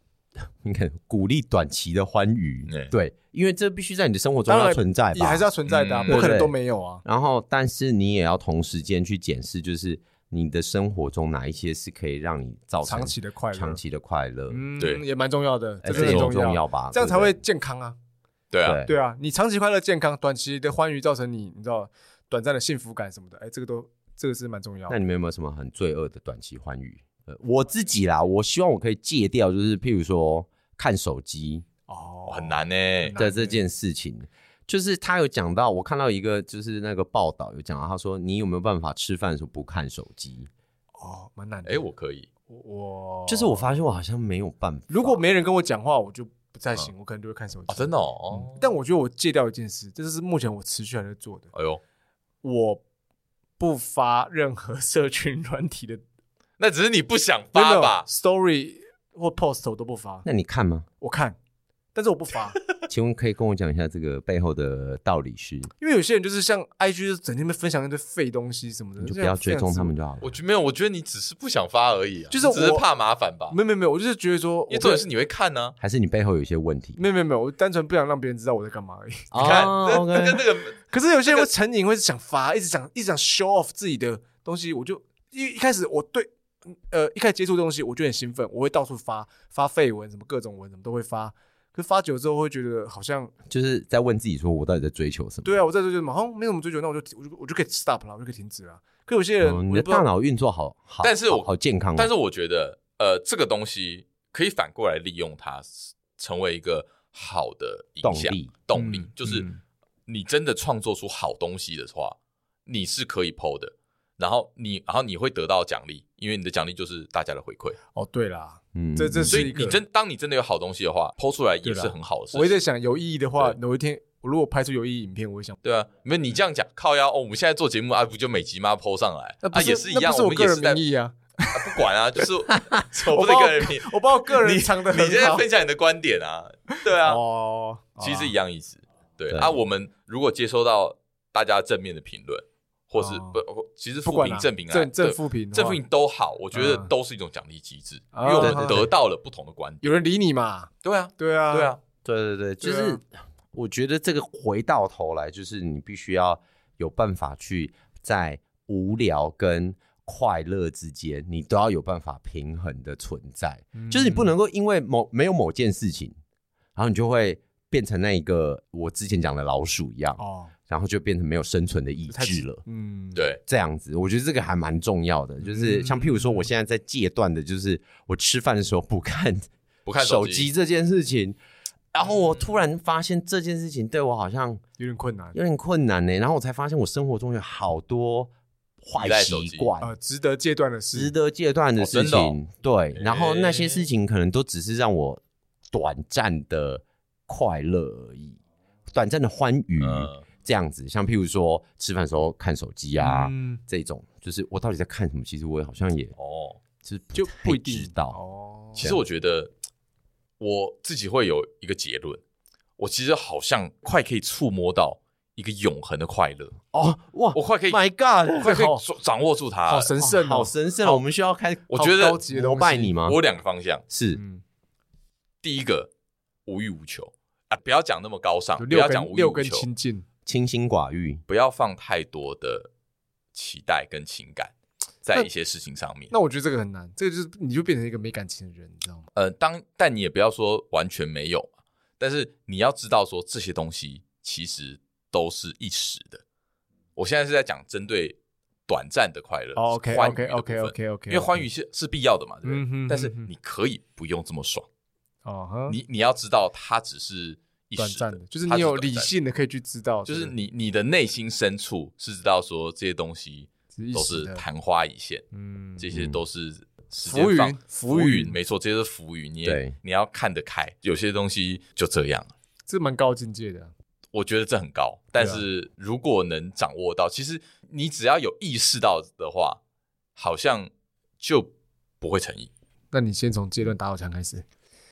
C: 你看鼓励短期的欢愉，
A: 对
C: 对，因为这必须在你的生活中
B: 当然
C: 要存在
B: 也
C: 吧，
B: 还是要存在的啊，
A: 嗯
B: 不可
C: 对
B: 能
C: 对
B: 都没有啊。
C: 然后，但是你也要同时间去检视，就是你的生活中哪一些是可以让你造成
B: 长期的快乐，
C: 长期的快乐，
B: 嗯，
A: 对
B: 也蛮重要的，
C: 哎
B: 这真的
A: 这
C: 很
B: 很
C: 重
B: 要，
C: 要吧？
B: 这样才
C: 对哎
B: 会
C: 不
B: 健康啊。
A: 对啊，
C: 对
B: 对啊，你长期快乐健康，短期的欢愉造成你你知道短暂的幸福感什么的，哎，这个都这个是蛮重要
C: 那
B: 的。
C: 你们有没有什么很罪恶的短期欢愉？呃我自己啦，我希望我可以戒掉，就是譬如说看手机
B: 哦
A: 哇很难呢、
B: 难
C: 的
B: 欸
C: 这件事情。就是他有讲到，我看到一个就是那个报道有讲到，他说你有没有办法吃饭的时候不看手机？
B: 哦，蛮难的。
A: 哎，我可以，
B: 我
C: 就是我发现我好像没有办法，
B: 如果没人跟我讲话，我就不太行，我可能就会看手机。
A: 哦，真的哦，
B: 但我觉得我戒掉一件事，这就是目前我持续还在做的，
A: 哎呦，
B: 我不发任何社群软体的
A: 那只是你不想 发吧？
B: story 或 post 我都不发，
C: 那你看吗？
B: 我看，但是我 不发，
C: 请问可以跟我讲一下这个背后的道理是？
B: 因为有些人就是像 IG 就是整天在分享一堆废东西什么的，
C: 你就
B: 呃这
C: 不
B: 样
C: 要追踪他们。就好
A: 我
C: 了。
A: 觉没有，我觉得你只是不想发而已啊，
B: 就是
A: 你只是
B: 我
A: 怕麻烦吧
B: 这样子。没有没有没有，我就是觉得说，
A: 因为重点是你会看啊呢、
C: 还是你背后有一些问题？
B: 没有没有没有，我单纯不想让别人知道我在干嘛 而已。
A: 你看，
C: 哦
A: 这这跟
C: OK，
A: 那个
B: 可是有些人会成瘾，会想发，一直想一直想 show off 自己的东西。我就一一开始我对呃一开始接触这东西，我就很兴奋，我会到处发发绯闻，什么各种文什么都会发。可是发久之后会觉得好像
C: 就是在问自己说，我到底在追求什么？
B: 对啊，我在追求什么，好像没什么追求，那我就我就我就可以 stop 了，我就可以停止了。可有些人、
A: 哦
C: 嗯，
B: 我
C: 你
B: 就
C: 的
B: 不知道
C: 大脑运作好好，
A: 但是我
C: 好好健康哦。
A: 但是我觉得，呃，这个东西可以反过来利用它，成为一个好的影
C: 动
A: 响
C: 力
A: 动力
B: 嗯
A: 就是
B: 嗯
A: 你真的创作出好东西的话，你是可以 PO 的，然后你，然后你会得到奖励，因为你的奖励就是大家的回馈。
B: 哦，对啦，
C: 嗯
B: 这这
A: 所
B: 是
A: 以
B: 一个
A: 你真当你真的有好东西的话，PO 出来也
B: 对啦
A: 是很好的事
B: 我一直在
A: 情。
B: 想有意义的话，
A: 对
B: 有一天我如果拍出有意义影片，我会想。
A: 对啊，没有你这样讲靠腰哦，我们现在做节目啊，不就每集嘛 PO 上来
B: 那不
A: 啊，
B: 是、
A: 也是一样，
B: 那不是
A: 我
B: 我
A: 们
B: 个
A: 也是
B: 人
A: 在
B: 名义啊，
A: 不管啊，就是我
B: 我
A: 不是
B: 把我
A: 个人名义，
B: 我把我个人
A: 你
B: 藏 的很好。
A: 你现在分享你的观点啊，对啊，
B: 哦，
A: 其实一
B: 样。
A: 样意思。对
C: 对
A: 啊，我们如果接收到大家正面的评论，或是
B: 哦
A: 不，其实
B: 不
A: 负
B: 管
A: 评、
B: 啦
A: 正评啊，
B: 正正
A: 对
B: 负评的话
A: 正负评都好，我觉得
B: 嗯
A: 都是一种奖励机制，因
B: 哦
A: 为我们
B: 对
A: 得
B: 对
A: 到了不同的观点。
B: 有人理你嘛？
A: 对啊，
B: 对啊，
A: 对，啊，
C: 对对对，就
B: 对
C: 是
B: 啊
C: 我觉得这个回到头来，就是你必须要有办法去在无聊跟快乐之间，你都要有办法平衡的存在。
B: 嗯
C: 就是你不能够因为某没有某件事情，然后你就会变成那一个我之前讲的老鼠一样，
B: 哦，
C: 然后就变成没有生存的意
B: 太
C: 志了。
B: 嗯，
A: 对，
C: 这样子，我觉得这个还蛮重要的，就是像譬如
B: 嗯
C: 说，我现在在戒断的，就是我吃饭的时候不看
A: 不看
C: 手
A: 机
C: 机，这件事情。然后我突然发现这件事情对我好像
B: 有点困难，
C: 有点困难呢、然后我才发现我生活中有好多坏
A: 依赖手
C: 习
A: 机
C: 惯，
B: 呃，值得戒断的
C: 值
B: 事，
C: 得戒断的
A: 哦
C: 事
A: 真的哦
C: 情。对，然后那
A: 诶
C: 些事情可能都只是让我短暂的快乐而已，短暂的欢愉
A: 嗯
C: 这样子。像譬如说吃饭的时候看手机啊，
B: 嗯，
C: 这种，就是我到底在看什么？其实我也好像也
A: 哦。
C: 就是
B: 就
C: 太
B: 不一定
C: 知道。
B: 哦，
A: 其实我觉得我自己会有一个结论，我其实好像快可以触摸到一个永恒的快乐，
C: 哦，哇
A: 我快可以，
C: ，My
A: 我
C: God，
A: 快可以
B: 好
A: 抓掌握住它
B: 好
A: 了。
B: 神
C: 哇
B: 圣哦，
C: 好神圣哦！我们需要开，
A: 我觉得
B: 好高级的东
C: 膜
B: 西
C: 拜你吗？
A: 我有两个方向，
C: 是
B: 嗯，
A: 第一个无欲无求啊，不要讲那么高尚，不
B: 有六
A: 要讲
B: 根
A: 无欲
B: 六
A: 无
B: 根
A: 求，
B: 清净，
C: 清心寡欲，
A: 不要放太多的期待跟情感在一些事情上面。
B: 那我觉得这个很难，这个就是你就变成一个没感情的人，你知道吗？
A: 呃，当但你也不要说完全没有嘛，但是你要知道说这些东西其实都是一时的。我现在是在讲针对短暂的快乐、
B: 哦，OK
A: 欢愉的
B: OK
A: 部分
B: OK OK OK，
A: 因为欢愉是是必要的嘛，对不对？
B: 嗯哼
A: 但是
B: 嗯哼
A: 你可以不用这么爽，
B: 哦，哈
A: 你你要知道它只是一
B: 短
A: 时
B: 暂的，就是
A: 它只
B: 你有
A: 短
B: 理
A: 暂的
B: 性的可以去知道，
A: 就是
B: 这个
A: 你你的内心深处是知道说这些东西
B: 只一
A: 都
B: 时
A: 是
B: 的
A: 昙花一现，
B: 嗯，
A: 这些都是时
B: 浮
A: 间
B: 云
A: 放
B: 浮
A: 云，
B: 云
A: 没错，这些是浮云，你也
C: 对
A: 你要看得开，有些东西就这样。
B: 这蛮高境界的，啊
A: 我觉得这很高，但
B: 对啊
A: 是如果能掌握到，其实你只要有意识到的话，好像就不会成瘾。
B: 那你先从阶段打火枪开始，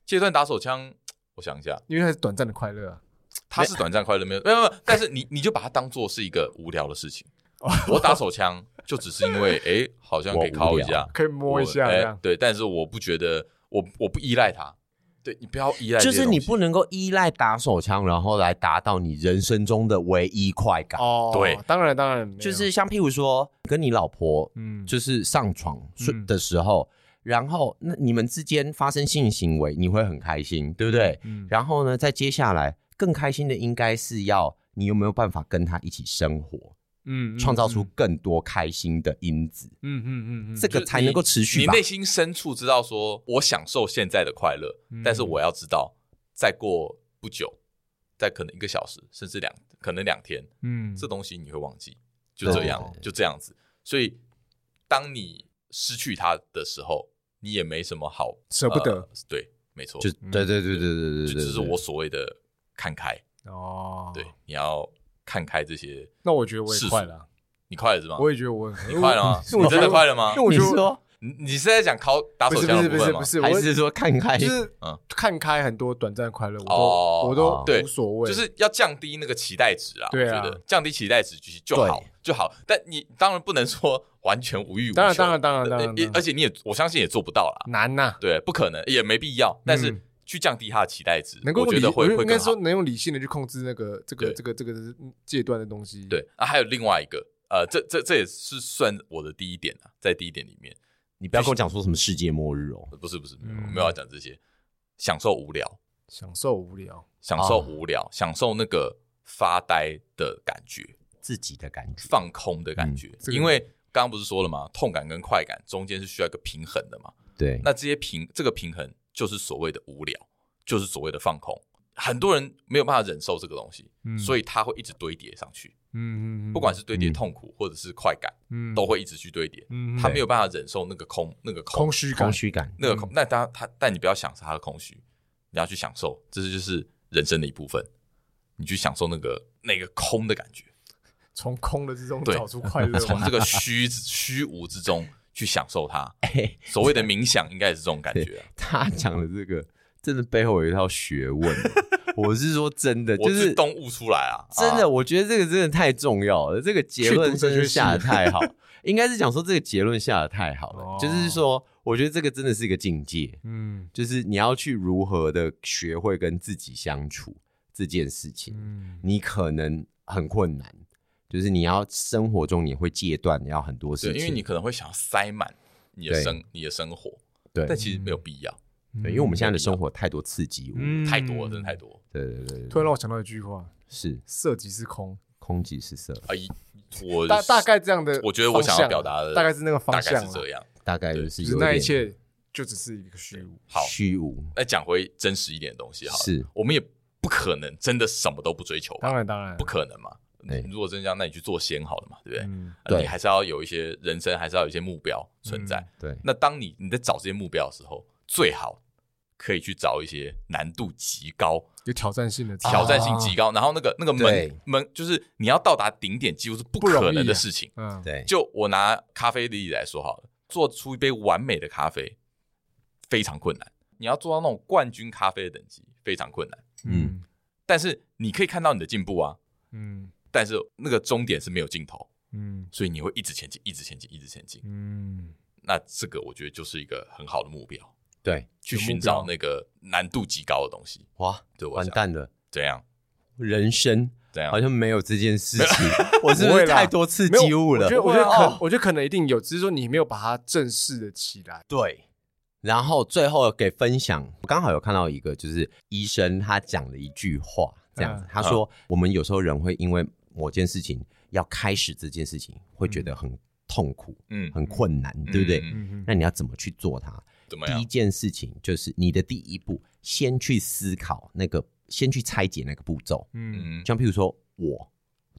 A: 戒断打手枪，我想一下，
B: 因为它是短暂的快乐啊，
A: 它是短暂快乐，没有没有没有，但是你你就把它当做是一个无聊的事情。
B: 哦
A: 我打手枪就只是因为哎、诶好像可以
C: 我无
A: 敲一
C: 聊
A: 下，
B: 可以摸一下
A: 我
B: 这
A: 哎
B: 样。
A: 对，但是我不觉得，我我不依赖它。对你不要依赖这
C: 就
A: 些东西，
C: 是你不能够依赖打手枪，然后来达到你人生中的唯一快感。
B: 哦，
A: 对
B: 当然当然，
C: 就是像譬如说，跟你老婆
B: 没有嗯，
C: 就是上床睡
B: 嗯
C: 的时候，然后那你们之间发生性行为，你会很开心，对不对？
B: 嗯
C: 然后呢，再接下来更开心的应该是要你有没有办法跟他一起生活，
B: 嗯
C: 创造出更多开心的因子，
B: 嗯嗯嗯嗯，
C: 这个才能够持续
A: 你
C: 吧
A: 内。心深处知道说，我享受现在的快乐，
B: 嗯
A: 但是我要知道，再过不久，再可能一个小时，甚至两，可能两天，
B: 嗯
A: 这东西你会忘记，就这样
C: 对，对
A: 就这样子。所以，当你失去它的时候，你也没什么好
B: 舍不得
A: 呃对，没错，
C: 就对对对对对对
A: 嗯就
C: 对，
A: 只是
C: 对
A: 我所谓的看开。
B: 哦，
A: 呃对，，你要看开这些。
B: 那我觉得我也
A: 世俗
B: 快了，
A: 你快乐是吗？
B: 我也觉得我很
A: 你快乐吗？
B: 我
A: 你真的快乐吗
B: 因为？我
C: 你
B: 觉得
C: 说
A: 你你是在讲考打
B: 不
A: 手
B: 是
A: 枪
B: 不
A: 的部
B: 是不
A: 分
B: 是
A: 吗
B: 不？是，
C: 还
B: 我
C: 是说看开
B: 就？是
A: 嗯
B: 看开很多短暂快乐，我
A: 哦
B: 都我都
C: 哦
A: 对
B: 无所谓，
A: 就是要降低那个期待值啊，
B: 对啊
A: 我觉得降低期待值就就好
C: 对
A: 就好，但你当然不能说完全无欲无求，
B: 当然当然当然
A: 对
B: 当
A: 也
B: 然，
A: 也而且你也我相信也做不到啦，
B: 难呐，
A: 对，不可能也没必要，但是去降低他的期待值，
B: 嗯能够
A: 我觉
B: 理
A: 得会
B: 我
A: 会
B: 应该
A: 更好
B: 说。能用理性的去控制那个这个
A: 对
B: 这个这个嗯阶段的东西，
A: 对啊，还有另外一个，呃，这这这也是算我的第一点啊，在第一点里面，
C: 你不要跟我讲说什么世界末日哦，
A: 不是不是，没有
B: 嗯
A: 没有要讲这些，享受无聊，
B: 享受无聊，
A: 享受
B: 哦
C: 啊
A: 无聊，享受那个发呆的感觉，
C: 自己的感觉。
A: 放空的感觉，
B: 嗯这个
A: 因为刚刚不是说了吗？痛感跟快感中间是需要一个平衡的嘛。
C: 对，
A: 那这些平这个平衡就是所谓的无聊，就是所谓的放空。很多人没有办法忍受这个东西，
B: 嗯
A: 所以他会一直堆叠上去，
B: 嗯嗯，嗯
A: 不管是堆叠
C: 嗯
A: 痛苦或者是快感，
B: 嗯
A: 都会一直去堆叠。
B: 嗯
A: 他没有办法忍受那个空，那个空，
B: 空虚感
C: 空，虚感。
A: 那个空。那当然他，但你不要享受他的空虚，你要去享受，这就是人生的一部分。你去享受那个那个空的感觉。
B: 从空的之中
A: 对
B: 找出快乐
A: 从
B: 嘛
A: 这，个虚虚无之中去享受它。所谓的冥想，应该也是这种感觉啊、
C: 他讲的这个真的背后有一套学问，哦我是说真的，
A: 我
C: 就是是
A: 东悟出来啊，
C: 真的，
A: 啊
C: 我觉得这个真的太重要了，这个结论真的下的太 好，应该是讲说这个结论下的太好了，
B: 哦
C: 就是说，我觉得这个真的是一个境界，
B: 嗯
C: 就是你要去如何的学会跟自己相处这件事情，
B: 嗯，
C: 你可能很困难，就是你要生活中你会戒断，你要很多事
A: 对，
C: 情，
A: 因为你可能会想要塞满你的
C: 对
A: 生你的生活，
C: 对
A: 但其实没有必要，
C: 对，因为我们现在的生活太多刺激物，
B: 嗯
A: 太多了，真的太多了。
C: 对对对
B: 突
C: 对，
B: 然让我想到一句话：
C: 是
B: 色即是空。
C: 空即是色，
A: 啊，一我
B: 大大概这样的方向啊，
A: 我觉得我想要表达的
B: 大概是那个方
A: 大概
B: 向
A: 是
B: 啊，
A: 这样。
C: 大概就是
B: 就是
C: 有
B: 那一
C: 点
B: 切就只是一个虚无。
A: 好，
C: 虚无，
A: 那讲回真实一点的东西好了，
C: 是
A: 我们也不可能真的什么都不追求吧
B: 当，然，当然
A: 不可能嘛。
C: 对
A: 如果真这样，那你去做仙好了嘛，对不对？
B: 嗯
A: 呃
C: 对
A: 你还是要有一些人生，还是要有一些目标存在
B: 嗯。
C: 对。
A: 那当你你在找这些目标的时候，最好可以去找一些难度极高、
B: 有挑战性的词
A: 挑战性极高，然后那个那个
C: 啊对
A: 门门就是你要到达顶点，几乎是不
B: 不容易
A: 可能的
B: 啊
A: 事情。
B: 嗯，
C: 对，
A: 就我拿咖啡例子来说好了，做出一杯完美的咖啡非常困难，你要做到那种冠军咖啡的等级非常困难。
B: 嗯
A: 但是你可以看到你的进步啊，
B: 嗯
A: 但是那个终点是没有尽头，
B: 嗯
A: 所以你会一直前进，一直前进，一直前进。
B: 嗯，
A: 那这个我觉得就是一个很好的目标。
C: 对，
A: 去
B: 有目
A: 寻
B: 标
A: 找那个难度极高的东西。
C: 哇，
A: 对，我
C: 完
A: 想
C: 蛋了，
A: 怎样
C: 人生
A: 怎样
C: 好？像没有这件事情，我是
B: 啊不
C: 不
B: 会
C: 是
B: 啦
C: 太多刺
B: 没有
C: 激物了
B: 我觉？得，我觉得
A: 不会啊
B: 可，我觉得可能一定有，只是说你没有把它正式的起来。
C: 对。然后最后给分享，我刚好有看到一个，就是医生他讲的一句话，这样子
B: 嗯，
C: 他说我们有时候人会因为某件事情要开始这件事情，会觉得很痛苦、
A: 嗯，
C: 很困难，对不对？
A: 嗯
B: 嗯啊
C: 那你要怎么去做它？
A: 怎么
C: 第一
A: 样？
C: 件事情就是你的第一步，先去思考那个，先去拆解那个步骤，
B: 嗯
A: 嗯
C: 像譬如说，我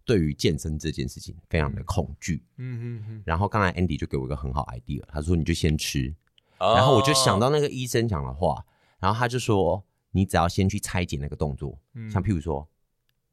C: 对于健身这件事情非常的恐惧。
B: 嗯嗯
C: 然后刚才 Andy 就给我一个很好 idea，他说你就先吃，
A: 哦
C: 然后我就想到那个医生讲的话，然后他就说你只要先去拆解那个动作，
B: 嗯
C: 像譬如说，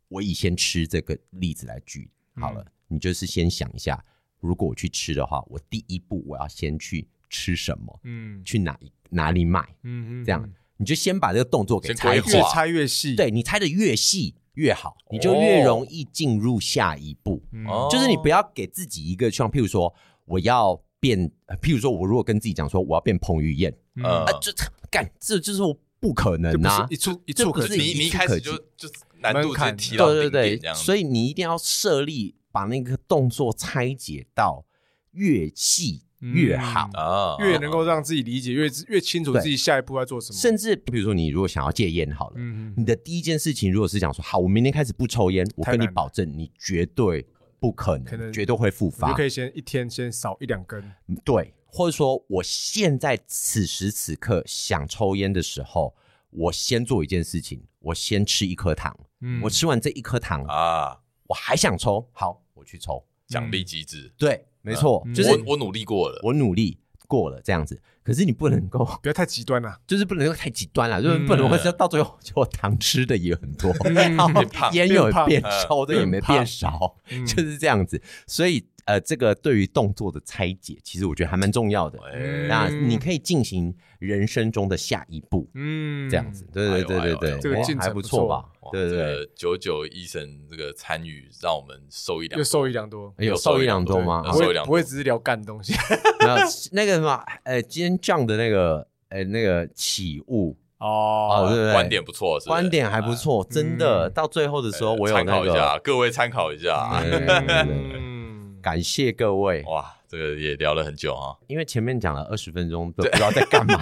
C: 我以先吃这个例子来举
A: 嗯
C: 好了，你就是先想一下，如果我去吃的话，我第一步我要先去吃什么，
B: 嗯
C: 去哪一哪里买，
B: 嗯
C: 这样你就先把这个动作给
A: 先规
C: 拆解
B: 越
A: 划，
B: 拆越细。
C: 对你拆的越细，越好，你就越容易进入下一步。
B: 嗯
A: 哦
C: 就是你不要给自己一个像，譬如说我要变，呃譬如说我如果跟自己讲说我要变彭于晏，
A: 呃
C: 啊，这 干这就是我不可能
B: 嗯就不是
C: 啊
B: 一。触一
C: 这
B: 触
C: 不
B: 可
C: 是
B: 及。
A: 你你一
C: 触
A: 开
C: 可
A: 始
C: 及
A: 就就难度
B: 门
A: 直接
B: 槛
A: 提到
C: 对
A: 顶
C: 对
A: 点这
C: 对，
A: 样子，
C: 所以你一定要设立把那个动作拆解到越细越好。
B: 嗯
A: 啊，
B: 越能够让自己理解，越越清楚
C: 对
B: 自己下一步要做什么。
C: 甚至比如说你如果想要戒烟好了，
B: 嗯
C: 你的第一件事情如果是讲说好，我明天开始不抽烟，我
B: 太
C: 跟你
B: 难了
C: 保证你绝对不可能，
B: 可能
C: 绝对会复
B: 你就
C: 发嗯
B: 可。以先一天先少一两根，
C: 对，或者说我现在此时此刻想抽烟的时候，我先做一件事情，我先吃一颗糖，
B: 嗯
C: 我吃完这一颗糖，
A: 啊，
C: 我还想抽，好，我去抽。
A: 奖励机制，
C: 对，没错，
B: 嗯
C: 就是
A: 我我努力过了，
C: 我努力过了这样子，可是你不能够，。
B: 不要太极端了
C: 嗯就是不能够太极端了，就是不能够到最后，就糖吃的也很 多，
B: 嗯
C: 然后
A: 变胖
C: 烟有
B: 变胖
C: 变
A: 嗯
C: 抽的也
B: 变
C: 没
B: 胖
C: 变少，
B: 嗯
C: 就是这样子。所以呃，这个对于动作的拆解，其实我觉得还蛮重要的。
A: 哎
C: 那
B: 嗯
C: 你可以进行人生中的下一步，
B: 嗯
C: 这样子。，对对对
A: 哎呦哎
C: 对对
A: 呦，
B: 这个
C: 哇
B: 进
C: 还
B: 程
C: 不
B: 不
C: 错
B: 错
C: 吧
A: 哇？
C: 对对
A: 这
C: 对，
A: 个九九医生这个参与，让我们受益良
B: 又受益良多，
C: 有受益良多吗？
A: 嗯有
B: 不
A: 受益
B: 会
A: 良
B: 不会只是聊干的东西
C: 没有 那个什么，呃，今天降的那个，呃，那个起雾哦，
B: 哦。
C: 对不对？
A: 观点不错，是不是啊
C: 观点还不错，真的。
B: 嗯
C: 到最后的时候，我有
A: 哎参
C: 那
A: 考一
C: 个嗯
A: 下，各位参考一下。啊
B: 嗯，
C: 感谢各位，
A: 哇，这个也聊了很久啊，
C: 因为前面讲了二十分钟都不知道在 干嘛。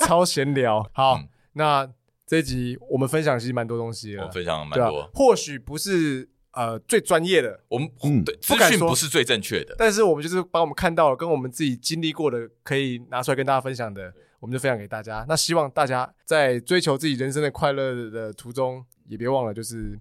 B: 超闲聊。好
A: 嗯，
B: 那这一集我们分享其实蛮多东西
A: 我们
B: 了，
A: 分享蛮
B: 对啊
A: 多，。
B: 或许不是呃最专业的，
A: 我们
C: 嗯
A: 对资
B: 不敢
A: 讯
B: 说
A: 不是最正确的，
B: 但是我们就是把我们看到了跟我们自己经历过的，可以拿出来跟大家分享的，我们就分享给大家。那希望大家在追求自己人生的快乐的途中，也别忘了就是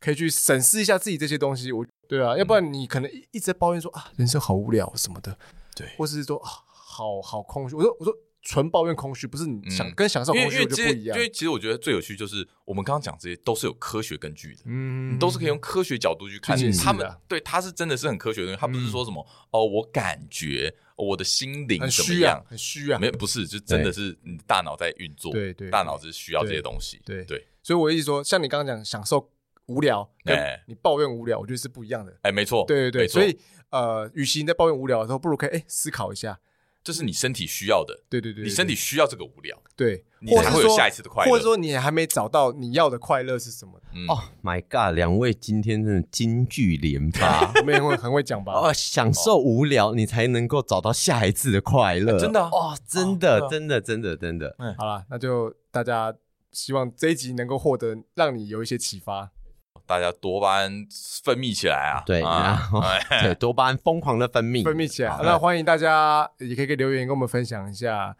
B: 可以去审视一下自己这些东西。我对啊，要不然你可能一一直在抱怨说啊，人生好无聊什么的，
A: 对
B: 或是说啊，好好空虚。我说我说纯抱怨空虚，不是你想、
A: 嗯
B: 跟享受
A: 因为
B: 空
A: 因
B: 虚
A: 为
B: 我就
A: 这
B: 不
A: 些，
B: 一
A: 因
B: 样。
A: 为其实我觉得最有趣就是我们刚刚讲这些都是有科学根据的。
B: 嗯
A: 你都是可以用科学角度去看
B: 去解释的嗯
A: 他们，对，他是真的是很科学的，他不是说什么哦，我感觉哦我的心灵
B: 很
A: 怎么
B: 虚
A: 样
B: 啊，，很虚啊
A: 没。有不是，就真的是你大脑在运作，
B: 对对
A: 大
B: 对
A: 脑是需要这
B: 对
A: 些东西，
B: 对
A: 对，
B: 所以我一直说，像你刚刚讲享受无聊，跟
A: 哎
B: 你抱怨无聊，我觉得是不一样的。
A: 哎，没错，
B: 对对
A: 没
B: 对，
A: 错
B: 所以呃，与其你在抱怨无聊的时候，不如可以哎思考一下，
A: 这是你身体需要的，
B: 对对对，
A: 你
B: 对
A: 身体需要这个无 聊，
B: 对，
A: 你
B: 或
A: 才
B: 是
A: 会有
B: 说
A: 下一次的快乐
B: 或者说你还没找到你要的快乐是什么？。
A: 嗯
C: 哦，My God，两位今天真的金句连发
A: 哦
B: 我们也会很会讲吧？
C: 哦，享受无聊，你才能够找到下一次的快乐。
A: 真的啊
C: 哦，真
A: 哦
C: 的，真的，真的，真的。
B: 好啦，那就大家希望这一集能够获得让你有一些启发。
A: 大家多巴胺分泌起来啊，
C: 对，然
A: 啊，
C: 后对多巴胺疯狂的分泌，
B: 分泌起来。
C: 好
B: 那欢迎大家也可以给留言跟我们分享一下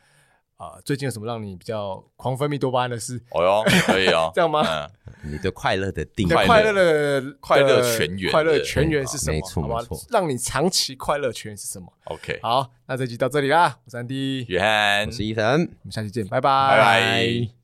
B: 啊、最近有什么让你比较狂分泌多巴胺的事？，
A: 哦哟，可以哦
B: 这样吗
A: 嗯
C: 你对快乐的定
B: 你
C: 义
B: 的
A: 快乐
B: 快
A: 快
B: 乐的
A: 乐泉源
B: 快乐
A: 对
B: 泉源是什么？
C: 没错
B: 好吧
C: 没错
B: 让你长期快乐泉源是什么？
A: ，OK，
B: 好，那这集到这里啦，我是安迪，
A: 约翰
C: 我，是伊森，
B: 我们下期见，拜
A: 拜
B: 拜
A: 拜。